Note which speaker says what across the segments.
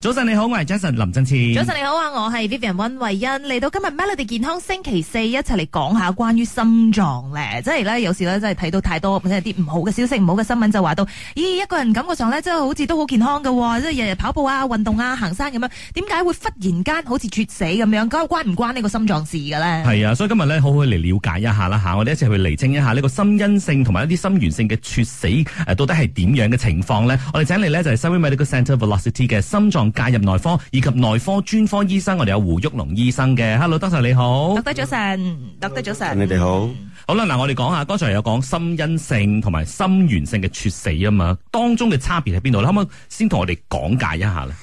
Speaker 1: 早晨你好，我係 Jason 林振前。
Speaker 2: 早晨你好啊，我係 Vivian 温慧欣，嚟到今日 Melody 健康星期四，一齊嚟講下關於心臟咧，即係咧有時咧真係睇到太多或者係啲唔好嘅消息、唔好嘅新聞，就話到，咦一個人感覺上咧真係好似都好健康嘅喎，即係日日跑步啊、運動啊、行山咁樣，點解會忽然間好似猝死咁樣？咁關唔關呢個心臟事嘅咧？
Speaker 1: 係啊，所以今日咧好好嚟了解一下啦吓，我哋一齊去厘清一下呢個心因性同埋一啲心源性嘅猝死誒到底係點樣嘅情況咧？我哋請嚟咧就係 Sunway Medical Centre Velocity 嘅心臟介入內科以及內科專科醫生，我哋有胡旭龍醫生嘅。Hello，多謝你好
Speaker 2: doctor 早晨，doctor 早晨，
Speaker 3: 你哋好，
Speaker 1: 好啦，嗱，我哋講下，剛才有講心因性同埋心源性嘅猝死啊嘛，當中嘅差別喺邊度咧？可唔可以先同我哋講解一下咧？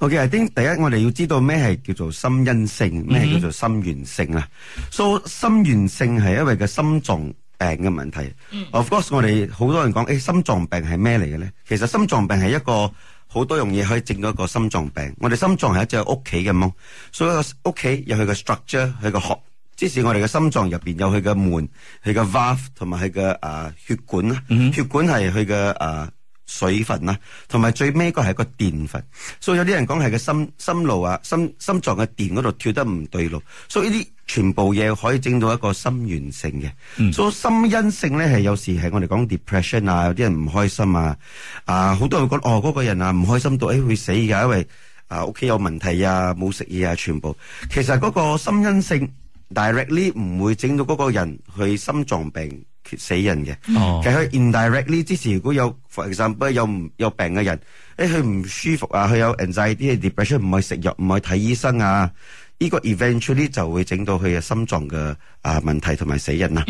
Speaker 3: OK，I think 第一我哋要知道咩係叫做心因性，咩係叫做心源性啦。So 心源性係因為個心臟病嘅問題。Of course，我哋好多人講，誒、心臟病係咩嚟嘅咧？其實心臟病係一個好多樣嘢可以整到一個心臟病。我哋心臟係一隻屋企嘅麼，所以個屋企有佢嘅 structure，佢嘅殼。即使我哋嘅心臟入邊有佢嘅門、佢嘅 valve 同埋佢嘅啊血管啦，血管係佢嘅啊。水分啦，同埋最尾個係個電分，所以有啲人講係個心心路啊、心心臟嘅電嗰度跳得唔對路，所以呢啲全部嘢可以整到一個心源性嘅。所以心因性咧係有時係我哋講 depression 啊，有啲人唔開心啊，啊好多人會講哦嗰、個人啊唔開心到誒、哎、會死㗎，因為啊屋企有問題啊，冇食嘢啊，全部其實嗰個心因性 directly 唔會整到嗰個人去心臟病死人嘅。
Speaker 1: 哦
Speaker 3: 其實佢 indirectly 之前如果有 for example 有唔有病嘅人，誒佢唔舒服啊，佢有 anxiety、depression，唔去食藥，唔去睇醫生啊，呢、個 eventually 就會整到佢嘅心臟嘅啊問題同埋死人啦。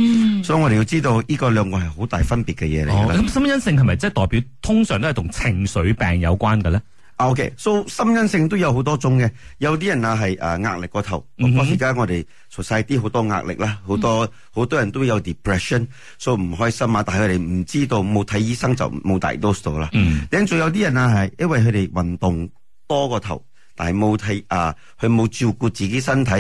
Speaker 3: 所以我哋要知道呢個兩個係好大分別嘅嘢嚟㗎
Speaker 1: 哦
Speaker 3: 啦。，
Speaker 1: 咁心因性係咪即係代表通常都係同情緒病有關嘅咧？
Speaker 3: 啊，OK，so、心因性都有好多種嘅，有啲人啊係啊壓力過頭，不過而家我哋熟晒啲好多壓力啦，好多好、多人都有 depression，所以唔開心啊，但係佢哋唔知道冇睇醫生就冇 diagnose 到啦。
Speaker 1: 嗯，
Speaker 3: 跟仲有啲人啊係因為佢哋運動多過頭。但係冇睇啊，佢冇照顧自己身體，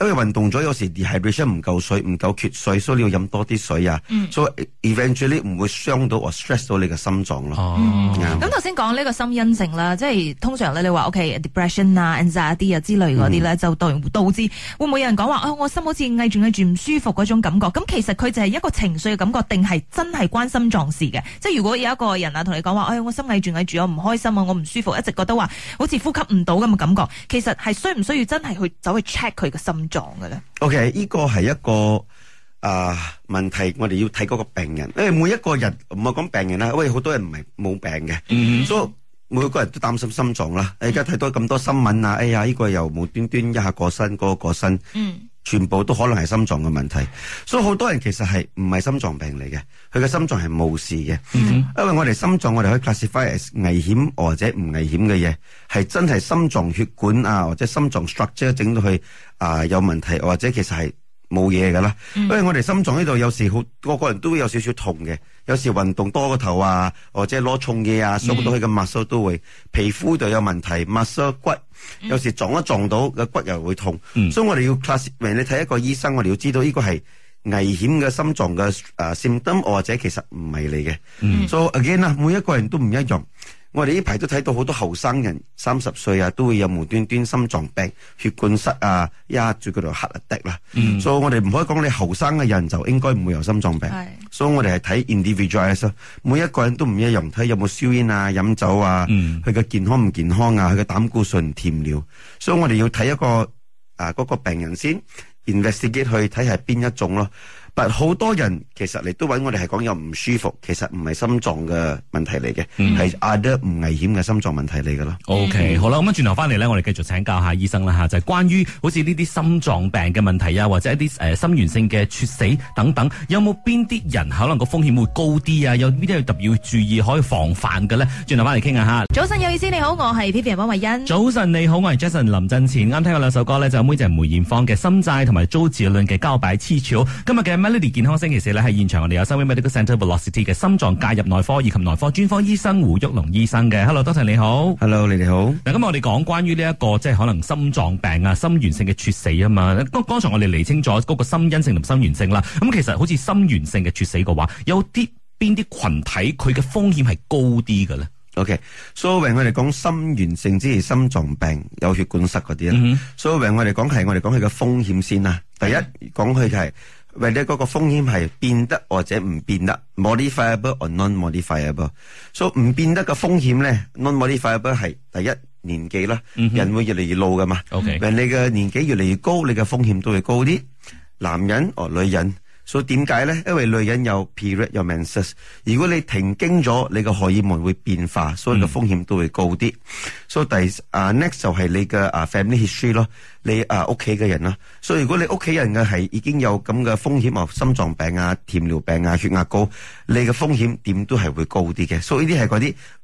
Speaker 3: 因為運動咗有時 dehydration 唔夠水，唔夠缺水，所以你要飲多啲水啊，所以 eventually 唔會傷到或 stress 到你嘅心臟咯。
Speaker 1: 哦。
Speaker 3: 啱
Speaker 2: 嗯咁頭先講呢個心因性啦，即係通常咧，你話 OK depression 啊、anxiety 啊之類嗰啲咧，就導導致會唔會有人講話啊，我心好似翳住翳住唔舒服嗰種感覺？咁其實佢就係一個情緒嘅感覺，定係真係關心臟事嘅？即係如果有一個人啊同你講話，哎，我心翳住翳住，我唔開心啊，我唔舒服，一直覺得話好似呼吸唔到咁嘅感覺，其實係需唔需要真係去走去 check 佢嘅心臟嘅咧？
Speaker 3: OK，呢個係一個啊、問題，我哋要睇嗰個病人，因為每一個人唔係講病人啦，喂，好多人唔係冇病嘅，所以每個人都擔心心臟啦。而家睇到咁多新聞啊，哎呀，呢、個又無端端一下過身，嗰、個過身，
Speaker 2: 嗯，
Speaker 3: 全部都可能係心臟嘅問題。所以好多人其實係唔係心臟病嚟嘅，佢嘅心臟係冇事嘅，因為我哋心臟我哋可以 classify as 危險或者唔危險嘅嘢，係真係心臟血管啊或者心臟 structure 整到佢啊、有問題，或者其實係。冇嘢噶啦，因為我哋心臟呢度有時好個個人都會有少少痛嘅，有時運動多個頭啊，或者攞重嘢啊，傷到佢嘅 muscle 都會，皮膚度有問題，muscle 骨有時撞一撞到個骨又會痛，所以我哋要 class，你睇一個醫生，我哋要知道呢個係危險嘅心臟嘅誒 symptom，或者其實唔係嚟嘅。所以 again 啦，每一個人都唔一樣。我哋呢排都睇到好多後生人三十歲啊，都會有無端端心臟病、血管塞啊，一下住嗰度黑一滴啦。所以我哋唔可以講你後生嘅人就應該唔會有心臟病
Speaker 2: 係。
Speaker 3: 所以我哋係睇 individuals 咯，每一個人都唔一樣，睇有冇燒煙啊、飲酒啊，
Speaker 1: 嗯
Speaker 3: 佢嘅、健康唔健康啊，佢嘅膽固醇甜料。所以我哋要睇一個啊嗰、個病人先 investigate 去睇係邊一種咯。但好多人其實嚟都揾我哋係講有唔舒服，其實唔係心臟嘅問題嚟嘅，係 other 唔危險嘅心臟問題嚟嘅咯。
Speaker 1: O、k 好啦，咁啊，轉頭翻嚟咧，我哋繼續請教下醫生啦吓，就係、關於好似呢啲心臟病嘅問題啊，或者一啲誒、呃心源性嘅猝死等等，有冇邊啲人可能個風險會高啲啊？有邊啲要特別要注意可以防範嘅咧？轉頭翻嚟傾下吓。
Speaker 2: 早晨有意思，你好，我係 Vivian 温慧欣。
Speaker 1: 早晨你好，我係 Jason 林振前，啱聽過兩首歌咧，就有妹仔梅艷芳嘅《心債》同埋周杰倫嘅《交擺痴潮》。今日嘅 Melody 健康星期四咧，係現場我哋有 Sunway Medical Centre Velocity 嘅心臟介入內科以及內科專科醫生胡旭龍醫生嘅。Hello，多謝你好。
Speaker 3: Hello，你哋好。
Speaker 1: 嗱，咁我哋講關於呢一個即係可能心臟病啊、心源性嘅猝死啊嘛。剛剛才我哋厘清咗嗰個心因性同心源性啦。咁其實好似心源性嘅猝死嘅話，有啲邊啲群體佢嘅風險係高啲嘅咧？
Speaker 3: OK，所以我哋講心源性之心臟病、有血管塞嗰啲
Speaker 1: 嗯
Speaker 3: 啦。所以我哋講係我哋講佢嘅風險先啦。第一講佢係或者嗰個風險係變得或者唔變得，modifiable or non-modifiable。所以唔變得嘅風險咧，non-modifiable 係第一年紀啦，人會越嚟越老噶嘛。
Speaker 1: OK
Speaker 3: 人你嘅年紀越嚟越高，你嘅風險都會高啲。男人哦，女人，所以點解咧？因為女人有 period 有 menses，如果你停經咗，你嘅荷爾蒙會變化，所以個風險都會高啲。所以第啊 next 就係你嘅啊 family history 咯，你啊屋企嘅人啦。所以如果你屋企人嘅係已經有咁嘅風險啊，心臟病啊、糖尿病啊、血壓高，你嘅風險點都係會高啲嘅。所以呢啲係嗰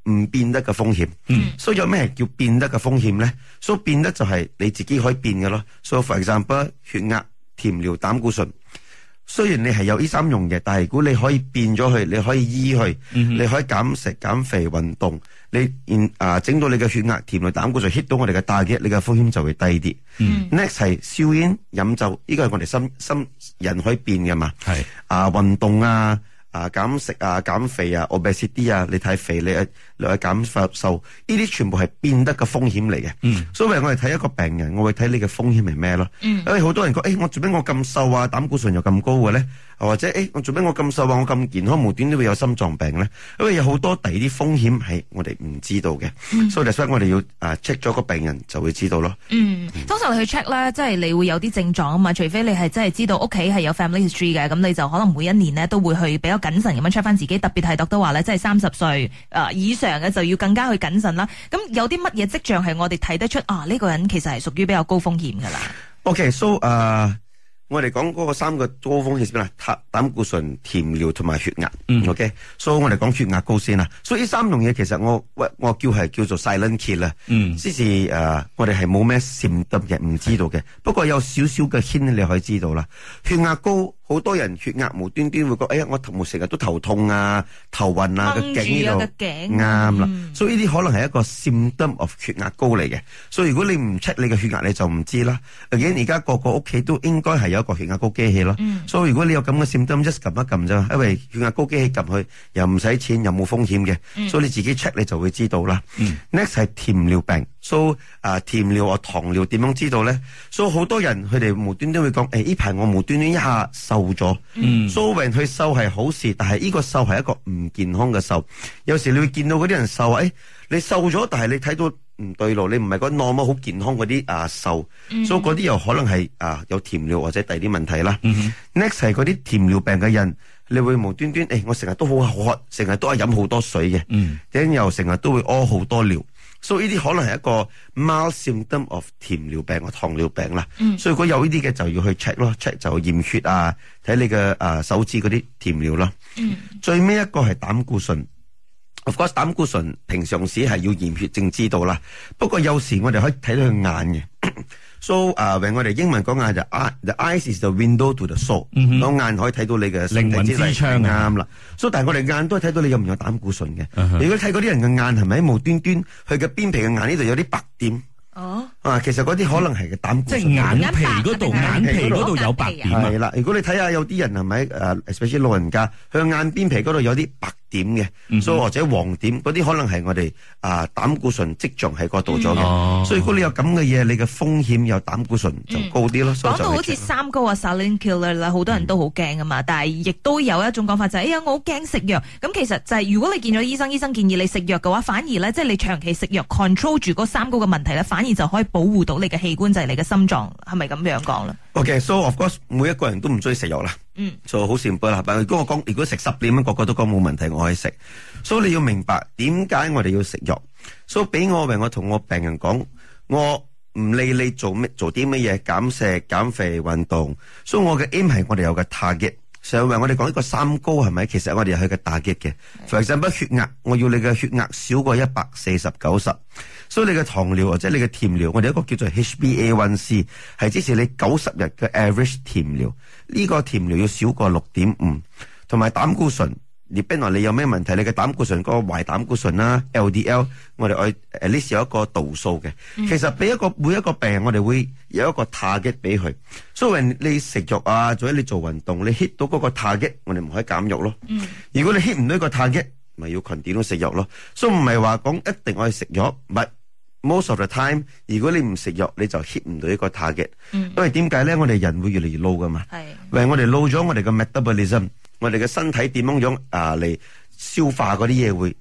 Speaker 3: 啲唔變得嘅風險。嗯，所以有咩係叫變得嘅風險咧？所以變得就係你自己可以變嘅咯。所以 for example 血壓。甜尿膽固醇。雖然你係有呢三樣嘢，但係如果你可以變咗佢，你可以醫佢，你可以減食、減肥、運動，你然啊整到你嘅血壓、甜尿膽固醇 hit 到我哋嘅大嘅，你嘅風險就會低啲。next 係燒煙、飲酒，呢個係我哋心心人可以變嘅嘛。
Speaker 1: 係
Speaker 3: 啊運動啊。啊減食啊減肥啊 obesity 啊，你太肥你啊你去減瘦，呢啲全部係變得嘅風險嚟嘅。嗯，所以我哋睇一個病人，我會睇你嘅風險係咩咯。嗯，因為好多人講，誒、我做咩我咁瘦啊，膽固醇又咁高嘅咧，或者誒、我做咩我咁瘦啊，我咁健康無端端會有心臟病咧？因為有好多第二啲風險係我哋唔知道嘅，所以就所以我哋要啊 check 咗個病人就會知道咯。
Speaker 2: 嗯，通常你去 check 咧，即係你會有啲症狀啊嘛，除非你係真係知道屋企係有 family history 嘅，咁你就可能每一年呢都會去比較謹慎咁樣 check 翻自己，特別係 d 都話咧，即係三十歲誒以上嘅就要更加去謹慎啦。咁有啲乜嘢跡象係我哋睇得出啊？呢、個人其實係屬於比較高風險㗎啦。
Speaker 3: OK，so、呃我哋講嗰個三個高風險係咩啊？膽膽固醇、甜尿同埋血壓。OK，so、我哋講血壓高先啦。所以呢三樣嘢其實我我我叫係叫做 silent killer 啦。
Speaker 1: 嗯
Speaker 3: 之是誒、呃我哋係冇咩閃得嘅，唔知道嘅。不過有少少嘅 hint 你可以知道啦。血壓高，好多人血壓無端端會覺，哎呀，我頭冇成日都頭痛啊、頭暈啊，個
Speaker 2: 掹住
Speaker 3: 頸
Speaker 2: 啊嗯
Speaker 3: 呢
Speaker 2: 個
Speaker 3: 度
Speaker 2: 頸
Speaker 3: 啱啦。所以呢啲可能係一個 symptom of 血壓高嚟嘅。所以如果你唔 check 你嘅血壓，你就唔知啦。again 而家個個屋企都應該係有一個血壓高機器咯。所以如果你有咁嘅 symptom，just 撳一撳啫，因為血壓高機器撳佢又唔使錢，又冇風險嘅。所以你自己 check 你就會知道啦。next 係甜尿病，so 啊甜尿啊糖尿點樣知道咧？so 好多人佢哋無端端會講，誒呢排我無端端一下瘦咗。so when 佢瘦係好事，但係呢個瘦係一個唔健康嘅瘦。有時你會見到嗰啲人瘦啊，誒你瘦咗，但係你睇到。唔對路，你唔係嗰 n o 好健康嗰啲啊瘦，所以嗰啲又可能係啊有甜尿或者第二啲問題啦。Next 係嗰啲甜尿病嘅人，你會無端端誒、哎我成日都好渴，成日都係飲好多水嘅，跟又成日都會屙好多尿。所以呢啲可能係一個 mild symptom of 甜尿病或糖尿病啦。所以如果有呢啲嘅就要去 check 咯，check 就驗血啊，睇你嘅啊手指嗰啲甜尿啦。最尾一個係膽固醇。of course 膽固醇平常時係要驗血症知道啦，不過有時我哋可以睇到佢眼嘅。so 啊、為我哋英文講眼就 eye the eyes is the window to the soul，個、眼可以睇到你嘅身體
Speaker 1: 嗯靈魂之窗啊
Speaker 3: 啱啦。所以但係我哋眼都係睇到你有唔有膽固醇嘅。
Speaker 1: 嗯哼
Speaker 3: 如果睇嗰啲人嘅眼係咪無端端佢嘅邊皮嘅眼呢度有啲白點
Speaker 2: 哦，
Speaker 3: 啊？其實嗰啲可能係嘅膽固
Speaker 1: 即
Speaker 3: 醇。
Speaker 1: 係眼皮嗰度，眼
Speaker 2: 眼
Speaker 1: 皮
Speaker 3: 皮
Speaker 1: 嗰
Speaker 3: 嗰
Speaker 1: 度
Speaker 2: 度
Speaker 1: 有白點啊
Speaker 3: 係。啦，如果你睇下有啲人係咪誒，especially 老人家，佢眼邊皮嗰度有啲白點
Speaker 1: 嗯
Speaker 3: 嘅，所以或者黃點嗰啲可能係我哋啊膽固醇積重喺嗰度咗
Speaker 1: 嗯哦
Speaker 3: 嘅，所以如果你有咁嘅嘢，你嘅風險有膽固醇就高啲咯，所
Speaker 2: 嗯
Speaker 3: 以
Speaker 2: 講
Speaker 3: 就嗯
Speaker 2: 到好
Speaker 3: 去
Speaker 2: 似
Speaker 3: check
Speaker 2: 三高啊、silent killer 啦，好多人都好驚噶嘛。但係亦都有一種講法就係、哎呀，我好驚食藥。咁其實就係如果你見咗醫生，醫生建議你食藥嘅話，反而咧即係你長期食藥 control 住嗰三高嘅問題咧，反而就可以保護到你嘅器官，就係、你嘅心臟，係咪咁樣講啦？
Speaker 3: OK，so of course，每一個人都唔中意食肉啦。
Speaker 2: 嗯，
Speaker 3: 就好善杯啦。但係如果我講，如果食十年蚊，個個都講冇問題，我可以食。所以你要明白點解我哋要食肉。所以俾我為我同我病人講，我唔理你做咩做啲乜嘢，減食、減肥、運動。所以我嘅 aim 係我哋有個 target。上為我哋講呢個三高係咪？其實我哋有佢嘅 target 嘅。For example，血壓，我要你嘅血壓少過一百四十九十。所以你嘅糖尿或者你嘅甜尿，我哋有一個叫做 HbA1c，係支持你九十日嘅 average 甜尿。呢、個甜尿要少過六點五，同埋膽固醇。你本來你有咩問題？你嘅膽固醇嗰個壞膽固醇啦，LDL，我哋愛 at least 有一個度數嘅。
Speaker 2: 嗯
Speaker 3: 其實俾一個每一個病人，我哋會有一個 target 俾佢。所以你食肉
Speaker 2: 嗯
Speaker 3: 啊，或者你做運動，你 hit 到嗰個 target，我哋唔可以減肉咯。如果你 hit 唔到一個 target，咪要群點都食藥咯。所以唔係話講一定我哋食藥，唔係 most of the time，如果你唔食藥，你就 hit 唔到一個 target。
Speaker 2: 嗯
Speaker 3: 因為點解咧？我哋人會越嚟越老噶嘛。
Speaker 2: 係
Speaker 3: 喂，我哋老咗，我哋嘅 metabolism，我哋嘅身體點樣樣啊嚟消化嗰啲嘢會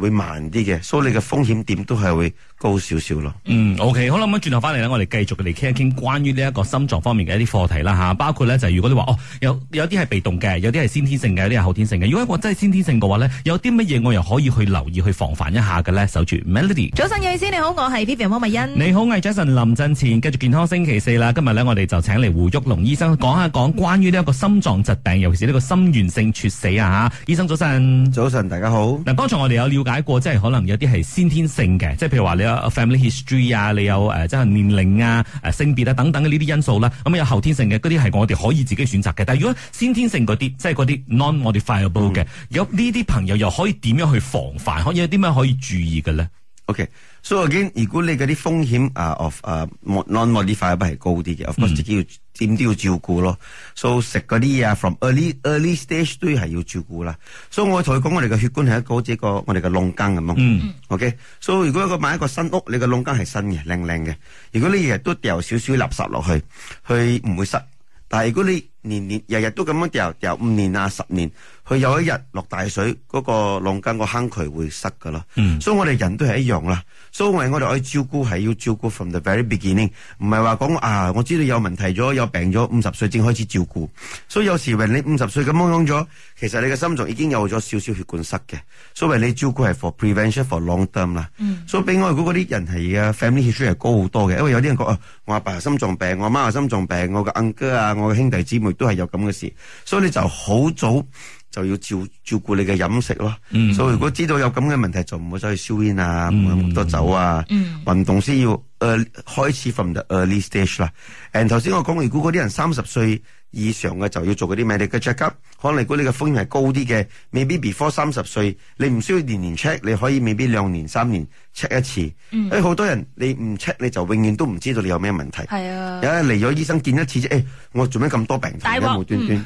Speaker 3: 會慢啲嘅，所以你嘅風險點都係會高少少咯。
Speaker 1: 嗯，OK，好啦，咁轉頭翻嚟咧，我哋繼續嚟傾一傾關於呢一個心臟方面嘅一啲課題啦吓，包括咧就係如果你話哦，有有啲係被動嘅，有啲係先天性嘅，有啲係後天性嘅。如果我真係先天性嘅話咧，有啲乜嘢我又可以去留意去防範一下嘅咧？守住 Melody。
Speaker 2: 早晨，有意思，你好，我係 Vivian 汪慧欣。
Speaker 1: 你好，魏 Jason 林振前，繼續健康星期四啦。今日咧，我哋就請嚟胡旭龍醫生講下講關於呢一個心臟疾病，尤其是呢個心源性猝死啊吓。醫生早晨。
Speaker 3: 早晨，大家好。
Speaker 1: 嗱，剛才我哋有了解過，即係可能有啲係先天性嘅，即係譬如話你有 family history 啊，你有誒、呃即係年齡啊、誒性別啊等等嘅呢啲因素啦。咁有後天性嘅嗰啲係我哋可以自己選擇嘅。但係如果先天性嗰啲，即係嗰啲 non-modifiable 嘅，有呢啲朋友又可以點樣去防範？可以有啲咩可以注意嘅咧？
Speaker 3: OK，所以 again，如果你嗰啲風險啊 of 啊 non modifiable 係高啲嘅，of course 自己要點都要照顧咯。所以食嗰啲嘢啊，from early early stage 都係要照顧啦。所以我同佢講，我哋嘅血管係一個好似一個我哋嘅窿更咁樣。
Speaker 1: 嗯
Speaker 3: OK，所以如果一個買一個新屋，你個窿更係新嘅，靚靚嘅。如果你日日都掉少少垃圾落去，佢唔會塞。但係如果你年年日日都咁樣掉掉五年啊十年，佢有一日落大水，嗰、個浪間個坑渠會塞噶咯。
Speaker 1: 嗯
Speaker 3: 所以我哋人都係一樣啦。所以我哋我哋可以照顧係要照顧 from the very beginning，唔係話講啊，我知道有問題咗，有病咗，五十歲先開始照顧。所以有時為你五十歲咁樣樣咗，其實你嘅心臟已經有咗少少血管塞嘅。所以為你照顧係 for prevention for long term 啦。所以俾我哋嗰啲人係嘅 family history 係高好多嘅，因為有啲人講啊，我阿爸有心臟病，我阿媽有心臟病，我嘅 uncle 啊，我嘅兄弟姊妹都係有咁嘅事，所以你就好早。就要照照顧你嘅飲食咯，
Speaker 1: 嗯
Speaker 3: 所以如果知道有咁嘅問題，就唔好走去燒煙啊，唔好飲咁多酒啊，
Speaker 2: 嗯
Speaker 3: 運動先要誒、呃開始 from the early stage 啦。誒頭先我講，如果嗰啲人三十歲以上嘅就要做嗰啲 medical check up，可能如果你嘅風險係高啲嘅，未必 before 三十歲，你唔需要年年 check，你可以未必兩年三年 check 一次。因為好多人你唔 check 你就永遠都唔知道你有咩問題。
Speaker 2: 係啊
Speaker 3: 有一嚟咗醫生見一次啫，誒、我做咩咁多病痛
Speaker 2: 嗯大鑊嗯
Speaker 3: 嘅無端端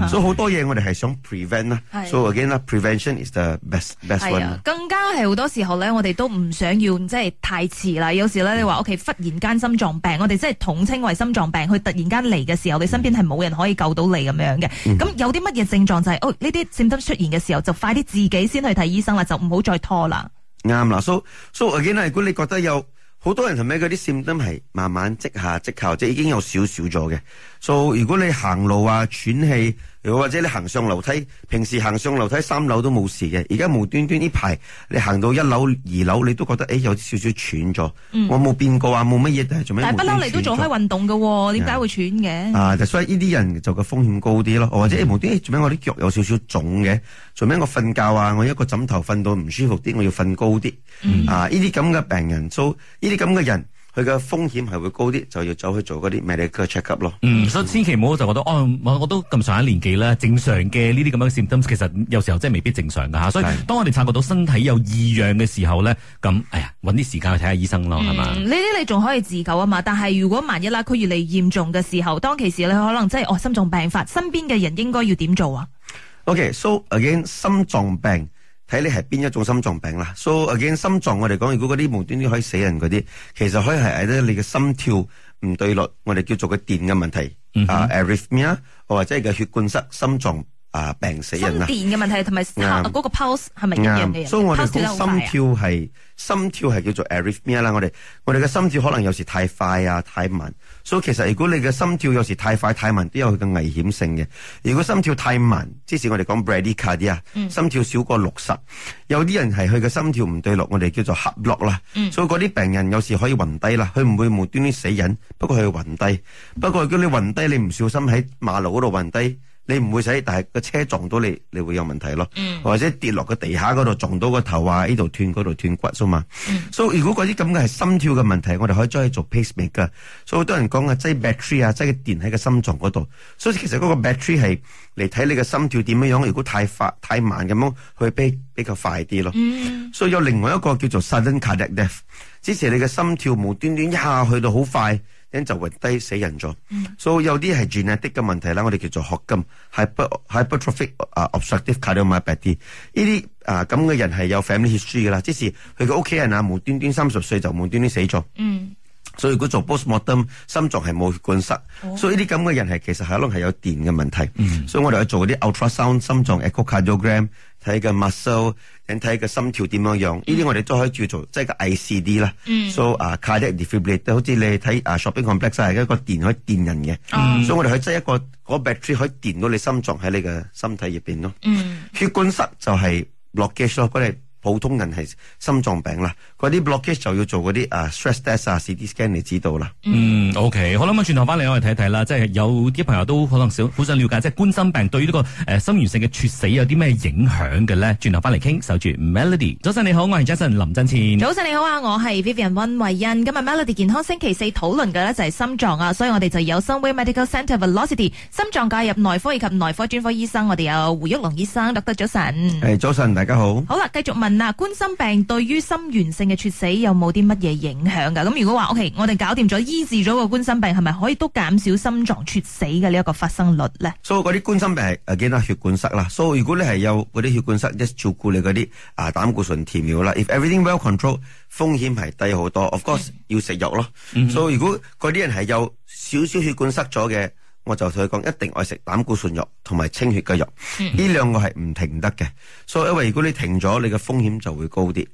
Speaker 3: 啦所以好多嘢我哋係想 prevent 啦
Speaker 2: 係，
Speaker 3: 所以 again 啦，prevention is the best best
Speaker 2: 係
Speaker 3: one 啦
Speaker 2: 啊。，更加係好多時候咧，我哋都唔想要即係太遲啦。有時咧，你話屋企忽然間心臟病，我哋即係統稱為心臟病，佢突然間嚟嘅時候，你身邊係冇人可以救到你咁樣嘅。
Speaker 1: 嗯
Speaker 2: 咁、有啲乜嘢症狀就係、哦呢啲症徵出現嘅時候，就快啲自己先去睇醫生啦，就唔好再拖啦。
Speaker 3: 啱啦，so so again 啦，如果你覺得有好多人係咪嗰啲 symptom 係慢慢積下積下，即係已經有少少咗嘅，so 如果你行路啊喘氣，又或者你行上樓梯，平時行上樓梯三樓都冇事嘅，而家無端端呢排你行到一樓二樓，你都覺得誒、欸有少少喘咗，我冇變過啊，冇乜嘢，但係
Speaker 1: 嗯
Speaker 3: 做咩
Speaker 2: 嗯但係
Speaker 3: 無
Speaker 2: 不
Speaker 3: 端
Speaker 2: 嬲，
Speaker 3: 端
Speaker 2: 你都做
Speaker 3: 喘咗
Speaker 2: 開運動嘅喎，點解會喘嘅？
Speaker 3: 啊，就所以呢啲人就個風險高啲咯，或者誒無端端做咩我啲腳有少少腫嘅，做咩我瞓覺啊，我一個枕頭瞓到唔舒服啲，我要瞓高啲，啊呢啲咁嘅病人，所以呢啲咁嘅人，佢嘅風險係會高啲，就要走去做嗰啲 medical check up 咯。
Speaker 1: 嗯，所以千祈唔好就覺得哦，我我都咁上下年紀啦，正常嘅呢啲咁樣嘅 symptoms 其實有時候真係未必正常㗎吓。所以
Speaker 3: 係
Speaker 1: 當我哋察覺到身體有異樣嘅時候咧，咁哎呀，揾啲時間去睇下醫生咯，係嘛、
Speaker 2: 嗯呢啲你仲可以自救啊嘛，但係如果萬一啦，佢越嚟嚴重嘅時候，當其時你可能真係哦心臟病發，身邊嘅人應該要點做啊？
Speaker 3: OK，so、again 心臟病睇你係邊一種心臟病啦。so again 心臟我哋講，如果嗰啲無端端可以死人嗰啲，其實可以係咧你嘅心跳唔對率，我哋叫做個電嘅問題、啊 arrhythmia，或者係個血管塞心臟啊病死
Speaker 2: 心
Speaker 3: 人啦。
Speaker 2: 電嘅問題同埋
Speaker 3: 啱
Speaker 2: 嗰個 pulse 係咪一樣嘅
Speaker 3: 啱，
Speaker 2: 人？
Speaker 3: 所以我哋
Speaker 2: pulse 跳得好
Speaker 3: 講
Speaker 2: 快
Speaker 3: 心
Speaker 2: 啊
Speaker 3: 跳係心跳係叫做 arrhythmia 啦。我哋我哋嘅心跳可能有時太快啊、太慢，所以其實如果你嘅心跳有時太快太慢，都有佢嘅危險性嘅。如果心跳太慢，即使我哋講 bradycardia，、心
Speaker 2: 嗯
Speaker 3: 跳少過六十，有啲人係佢嘅心跳唔對落，我哋叫做 heart block 啦。
Speaker 2: 嗯
Speaker 3: 所以嗰啲病人有時可以暈低啦，佢唔會無端端死人，不過佢會暈低。不過如果你暈低，你唔小心喺馬路嗰度暈低。你唔會使，但係個車撞到你，你會有問題咯。或者跌落個地下嗰度撞到個頭啊，呢度斷嗰度斷骨啫嘛。所以如果嗰啲咁嘅係心跳嘅問題，我哋可以將佢做 pacemaker。所以好多人講啊，擠 battery 啊，擠個電喺個心臟嗰度。所以其實嗰個 battery 係嚟睇你嘅心跳點樣樣。如果太快太慢咁樣，佢比比較快啲咯。所以有另外一個叫做 sudden cardiac death，即是你嘅心跳無端端一下去到好快，因就暈低死人咗。所以有啲係 genetic 嘅問題啦，我哋叫做學金 hyper hypertrophic 啊 obstructive cardiomyopathy 呢啲啊咁嘅人係有 family history 噶啦，即是佢嘅屋企人啊無端端三十歲就無端端死咗。
Speaker 2: 嗯，
Speaker 3: 所以如果做 postmortem 心臟係冇血管塞，所以呢啲咁嘅人係其實可能係有電嘅問題，所以我哋去做嗰啲 ultrasound 心臟 echocardiogram 睇嘅 muscle，睇睇嘅心跳點樣樣，呢啲我哋都可以叫做即係個 ICD 啦。so 啊 cardiac defibrillator 好似你睇啊 shopping complex 係一個電可以電人嘅，所以我哋可以擠一個嗰 battery 可以電到你心臟喺你嘅身體入邊咯。
Speaker 2: 嗯
Speaker 3: 血管塞就係 blockage 咯，嗰啲普通人係心臟病啦，嗰啲 blockage 就要做嗰啲啊 stress test 啊 CT scan 你知道啦。
Speaker 1: 嗯，OK，好啦，咁啊轉頭翻嚟我哋睇睇啦，即係有啲朋友都可能想好想了解，即係冠心病對於呢、個誒、呃心源性嘅猝死有啲咩影響嘅咧？轉頭翻嚟傾，守住 Melody。早晨你好，我係 Jason 林振前。
Speaker 2: 早晨你好啊，我係 Vivian 温慧欣。今日 Melody 健康星期四討論嘅呢就係心臟啊，所以我哋就有 Sunway Medical Centre Velocity 心臟介入內科以及內科專科醫生，我哋有胡旭龍醫生，得得早晨。
Speaker 3: 誒，早晨，大家好。
Speaker 2: 好啦，繼續問啦，冠心病對於心源性嘅猝死有冇啲乜嘢影響㗎？咁如果話 OK，我哋搞掂咗醫治咗個冠心病，係咪可以都減少心臟猝死嘅呢一個發生率咧？
Speaker 3: 所以嗰啲冠心病係誒見到血管塞啦，所以如果你係有嗰啲血管塞，一照顧你嗰啲啊膽固醇甜尿啦，if everything well controlled，風險係低好多。Of course 要食藥咯。所以如果嗰啲人係有少少血管塞咗嘅，我就同佢講一定愛食膽固醇藥同埋清血嘅藥，呢兩個係唔停得嘅。所以因為如果你停咗，你嘅風險就會高啲。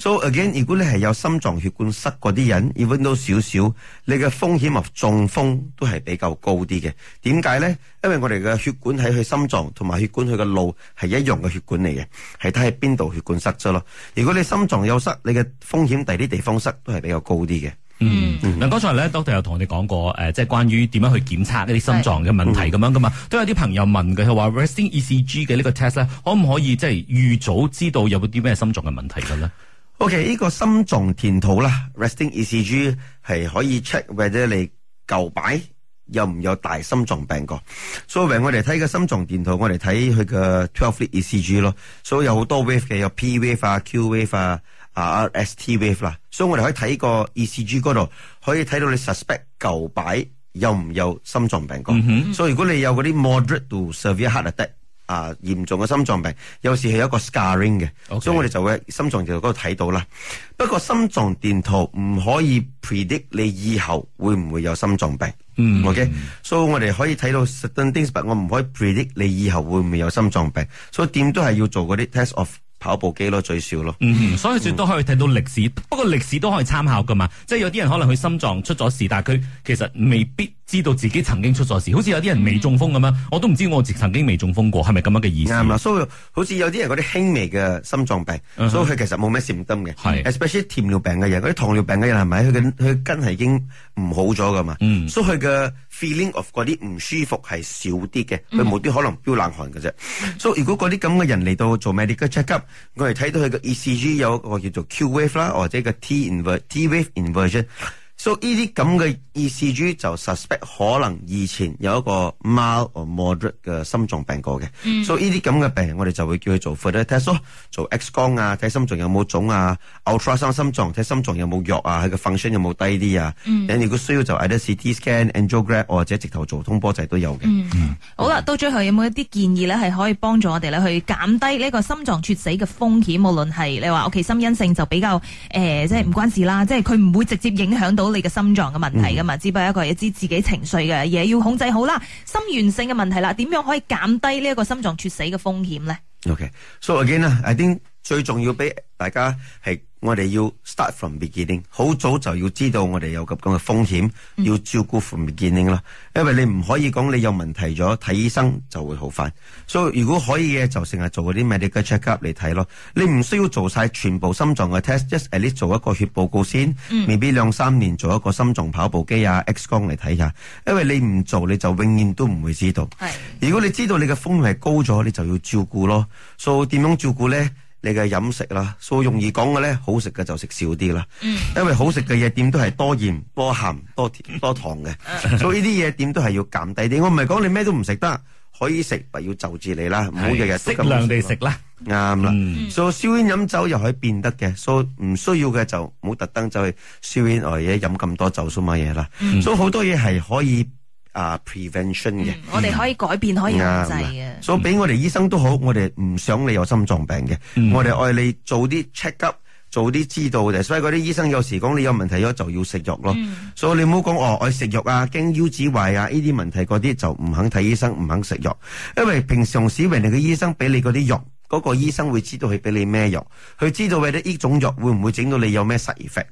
Speaker 3: 所以 again，如果你係有心臟血管塞嗰啲人，even 到少少，你嘅風險及中風都係比較高啲嘅。點解呢？因為我哋嘅血管喺佢心臟同埋血管佢嘅路係一樣嘅血管嚟嘅，係睇喺邊度血管塞咗咯。如果你心臟有塞，你嘅風險第啲地方塞都係比較高啲嘅。
Speaker 1: 嗯，嗱，剛才咧，doctor 有同我哋講過，誒、呃即係關於點樣去檢測呢啲心臟嘅問題咁樣噶嘛，都有啲朋友問佢，佢話 resting ECG 嘅呢個 test 咧，可唔可以即係預早知道有冇啲咩心臟嘅問題嘅咧？
Speaker 3: O.K. 呢個心臟填肚啦，resting ECG 係可以 check 或者你舊擺有唔有大心臟病過。所以為我哋睇嘅心臟電圖，我哋睇佢嘅 twelve lead ECG 咯。所以有好多 wave 嘅，有 P wave 啊、Q wave 啊、啊 ST wave 啦。所以我哋可以睇個 ECG 嗰度，可以睇到你 suspect 舊擺有唔有心臟病過。所以如果你有嗰啲 moderate to severe heart attack 啊嚴重嘅心臟病，有時係有一個 scarring 嘅
Speaker 1: OK
Speaker 3: 所以我哋就會喺心臟電圖嗰度睇到啦。不過心臟電圖唔可以 predict 你以後會唔會有心臟病。
Speaker 1: 嗯
Speaker 3: OK，所以我哋可以睇到 certain things，but 我唔可以 predict 你以後會唔會有心臟病，所以點都係要做嗰啲 test of 跑步機咯，最少咯。
Speaker 1: 嗯，所以最多可以睇到歷史，不過歷史都可以參考噶嘛。即係有啲人可能佢心臟出咗事，但係佢其實未必知道自己曾經出咗事。好似有啲人未中風咁樣，我都唔知我自曾經未中風過，係咪咁樣嘅意思？
Speaker 3: 啱啦，所以好似有啲人嗰啲輕微嘅心臟
Speaker 1: 嗯哼
Speaker 3: 病，所以佢其實冇咩閃燈嘅。
Speaker 1: 係
Speaker 3: especially 糖尿病嘅人，嗰啲糖尿病嘅人係咪？佢嘅佢根係已經唔好咗噶嘛，
Speaker 1: 嗯
Speaker 3: 所以佢嘅 feeling of 嗰啲唔舒服係少啲嘅，
Speaker 1: 嗯
Speaker 3: 佢冇啲可能飆冷汗嘅啫。所以如果嗰啲咁嘅人嚟到做 medical check up，我哋睇到佢嘅 ECG 有一個叫做 Q wave 啦，或者個 T inver T wave inversion。所以呢啲咁嘅 ECG 就 suspect 可能以前有一個 mild or moderate 嘅心臟病過嘅，所以呢啲咁嘅病我哋就會叫佢做 further test 咯，做 X 光啊，睇心臟有冇腫啊，ultrasound 心臟睇心臟有冇弱啊，佢個 function 有冇低啲啊，你如果需要就 either CT scan、angiogram 或者直頭做通波仔都有嘅。
Speaker 2: 好啦，到最後有冇一啲建議咧，係可以幫助我哋咧去減低呢個心臟猝死嘅風險？無論係你話屋企心因性就比較诶、呃即係唔關事啦，即係佢唔會直接影響到你嘅心臟嘅問題噶嘛，只不過一
Speaker 3: 嗯
Speaker 2: 個係一知自己情緒嘅嘢要控制好啦。心源性嘅問題啦，點樣可以減低呢一個心臟猝死嘅風險咧？
Speaker 3: OK，so、again 啊，I think 最重要俾大家係我哋要 start from beginning，好早就要知道我哋有咁咁嘅風險，要照顧 from beginning 啦。因為你唔可以講你有問題咗睇醫生就會好翻，所以如果可以嘅就成日做嗰啲 medical check up 嚟睇咯。你唔需要做晒全部心臟嘅 test，just at least 做一個血報告先，未必兩三年做一個心臟跑步機啊 X 光嚟睇下，因為你唔做你就永遠都唔會知道。
Speaker 2: 係
Speaker 3: 如果你知道你嘅風險係高咗，你就要照顧咯。所以點樣照顧咧？你嘅飲食啦，所以容易講嘅咧，好食嘅就食少啲啦。
Speaker 2: 嗯
Speaker 3: 因為好食嘅嘢點都係多鹽、
Speaker 2: 嗯
Speaker 3: 多鹹、多甜、多糖嘅，所以呢啲嘢點都係要減低啲。我唔係講你咩都唔食得，可以食，咪要就住你啦，唔好
Speaker 1: 係
Speaker 3: 日日都
Speaker 1: 適
Speaker 3: 咁
Speaker 1: 量地食啦。
Speaker 3: 啱啦
Speaker 1: 嗯，
Speaker 3: 所以燒煙飲酒又可以變得嘅，所以唔需要嘅就唔好特登走去燒煙或者飲咁多酒咁嘅嘢啦。
Speaker 2: 嗯
Speaker 3: 所以好多嘢係可以啊 prevention 嘅。
Speaker 2: 嗯我哋可以改變，可以控制嘅。
Speaker 3: 所以俾我哋醫生都好，我哋唔想你有心臟病嘅，
Speaker 2: 嗯
Speaker 3: 我哋愛你做啲 check up。做啲知道嘅，所以嗰啲醫生有時講你有問題咗就要食藥咯，
Speaker 2: 嗯
Speaker 3: 所以你唔好講哦，我食藥啊，驚腰子壞啊，呢啲問題嗰啲就唔肯睇醫生，唔肯食藥，因為平常時人哋嘅醫生俾你嗰啲藥，嗰、個醫生會知道佢俾你咩藥，佢知道你呢種藥會唔會整到你有咩 side effect。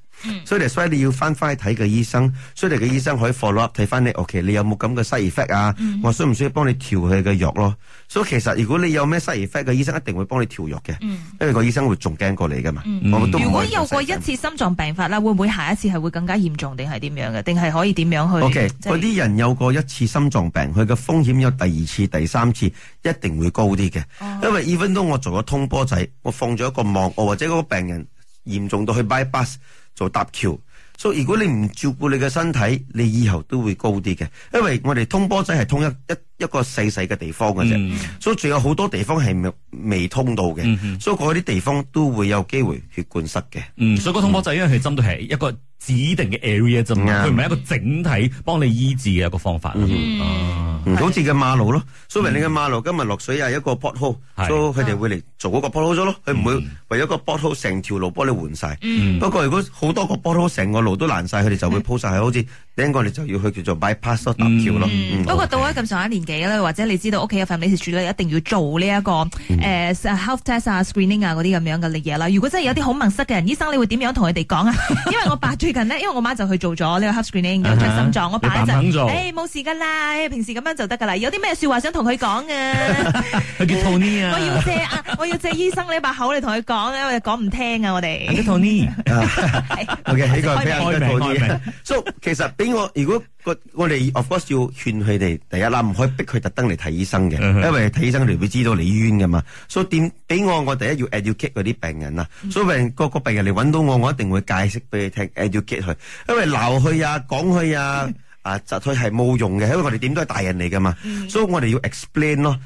Speaker 3: 所以所以你要翻翻去睇個醫生，所以你嘅醫生可以 follow up 睇翻你，OK，你有冇咁嘅 side effect 啊？我需唔需要幫你調佢嘅藥咯？所以其實如果你有咩 side effect 嘅醫生一定會幫你調藥
Speaker 2: 嗯
Speaker 3: 嘅，因為個醫生會仲驚過你噶嘛。我都唔可以
Speaker 2: 如果有
Speaker 3: 做
Speaker 2: 過
Speaker 3: side
Speaker 2: 一
Speaker 3: effect
Speaker 2: 次心臟病發啦，會唔會下一次係會更加嚴重，定係點樣嘅？定係可以點樣去
Speaker 3: OK，
Speaker 2: 即係
Speaker 3: 嗰啲人有過一次心臟病，佢嘅風險有第二次、第三次，一定會高啲嘅。
Speaker 2: 哦
Speaker 3: 因為 even 都我做咗通波仔，我放咗一個網，我或者嗰個病人嚴重到去 bypass 做搭橋。所以如果你唔照顧你嘅身體，你以後都會高啲嘅。因為我哋通波仔係通一一一個細細嘅地方嘅啫，
Speaker 2: 嗯
Speaker 1: 嗯
Speaker 3: 所以仲有好多地方係未未通到嘅，所以嗰啲地方都會有機會血管塞嘅。
Speaker 1: 嗯，所以個通波仔因為佢針對係一個指定嘅 area 啫嘛，
Speaker 3: 啱
Speaker 1: 佢唔係一個整體幫你醫治嘅一個方法。啊
Speaker 3: 嗯好似嘅馬路咯，所以你嘅馬路今日落水啊，一個 pothole，
Speaker 1: 係
Speaker 3: 所以佢哋會嚟做嗰個 pothole 咗咯，佢唔會為咗個 pothole 成條路幫你換晒。
Speaker 1: 嗯
Speaker 3: 不過如果好多個 pothole 成個路都爛晒，佢哋就會鋪晒佢，好似另一個你就要去叫做 bypass 咯搭橋咯。嗯
Speaker 2: 不過到咗咁上下年紀咧，或者你知道屋企有份美食處理，一定要做呢、一個誒、呃 health test 啊、screening 啊嗰啲咁樣嘅嘢啦。如果真係有啲好盲塞嘅人，醫生你會點樣同佢哋講啊？因為我爸最近呢，因為我媽就去做咗呢個 health screening，有 check 心臟，我爸
Speaker 1: 你
Speaker 2: 就
Speaker 1: 爸唔肯做
Speaker 2: 誒冇事噶啦，平時咁樣就得噶啦。有啲咩説話想同佢講啊？
Speaker 1: 佢叫 Tony
Speaker 2: 我
Speaker 1: 啊
Speaker 2: 要借啊，我要借醫生呢把口嚟同佢講啊，因為講唔聽啊，我哋
Speaker 1: 叫 Tony，
Speaker 3: OK，呢 個係比較
Speaker 1: 開明
Speaker 3: 多
Speaker 1: 開
Speaker 3: 啲
Speaker 1: 明。
Speaker 3: 所以其實俾我，如果個我哋 of course 要勸佢哋第一啦，唔可以逼佢特登嚟睇醫生嘅，
Speaker 1: 嗯哼
Speaker 3: 因為睇醫生佢哋會知道你冤噶嘛。所以點俾我，我第一要 educate 嗰啲病人啦。所以病個個病人嚟揾到我，我一定會解釋俾佢聽，educate 佢，因為鬧佢啊，講 佢啊。啊，窒佢係冇用嘅，因為我哋點都係大人嚟噶嘛，所以我哋要 explain 咯。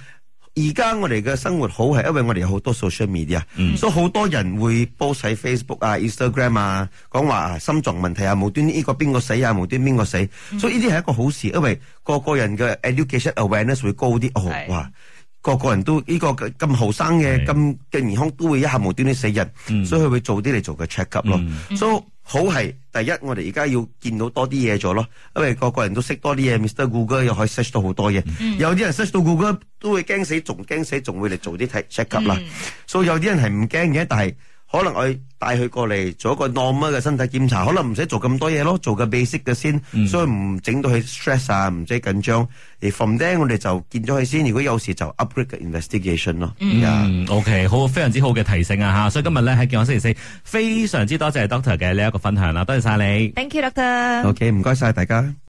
Speaker 3: 而家我哋嘅生活好係因為我哋有好多 social media，、所以好多人會 post 喺 Facebook 啊、Instagram 啊，講話啊心臟問題啊，無端呢個邊個死啊，無端邊個死，所以呢啲係一個好事，因為個個人嘅 education awareness 會高啲。哦
Speaker 2: 係，
Speaker 3: 哇！個個人都呢、個咁後生嘅
Speaker 1: 係
Speaker 3: 咁嘅健康都會一下無端端死人，所以佢會做啲嚟做嘅 check up 咯。所以好係第一，我哋而家要見到多啲嘢做咯，因為個個人都識多啲嘢，Mr. Google 又可以 search 到好多嘢。有啲人 search 到 Google 都會驚死，仲驚死，仲會嚟做啲 check up 啦。
Speaker 2: 嗯
Speaker 3: 所以有啲人係唔驚嘅，但係可能我帶佢過嚟做一個 normal 嘅身體檢查，可能唔使做咁多嘢咯，做個 basic 嘅先，所以唔整到佢 stress 啊，唔使緊張。而 from there 我哋就見咗佢先，如果有事就 upgrade 嘅 investigation 咯。Yeah
Speaker 1: 嗯，OK，好，非常之好嘅提醒啊吓，所以今日咧喺健康星期四，非常之多謝 Doctor 嘅呢一個分享啦，多謝晒你。
Speaker 2: ，thank you doctor。
Speaker 3: OK，唔該晒大家。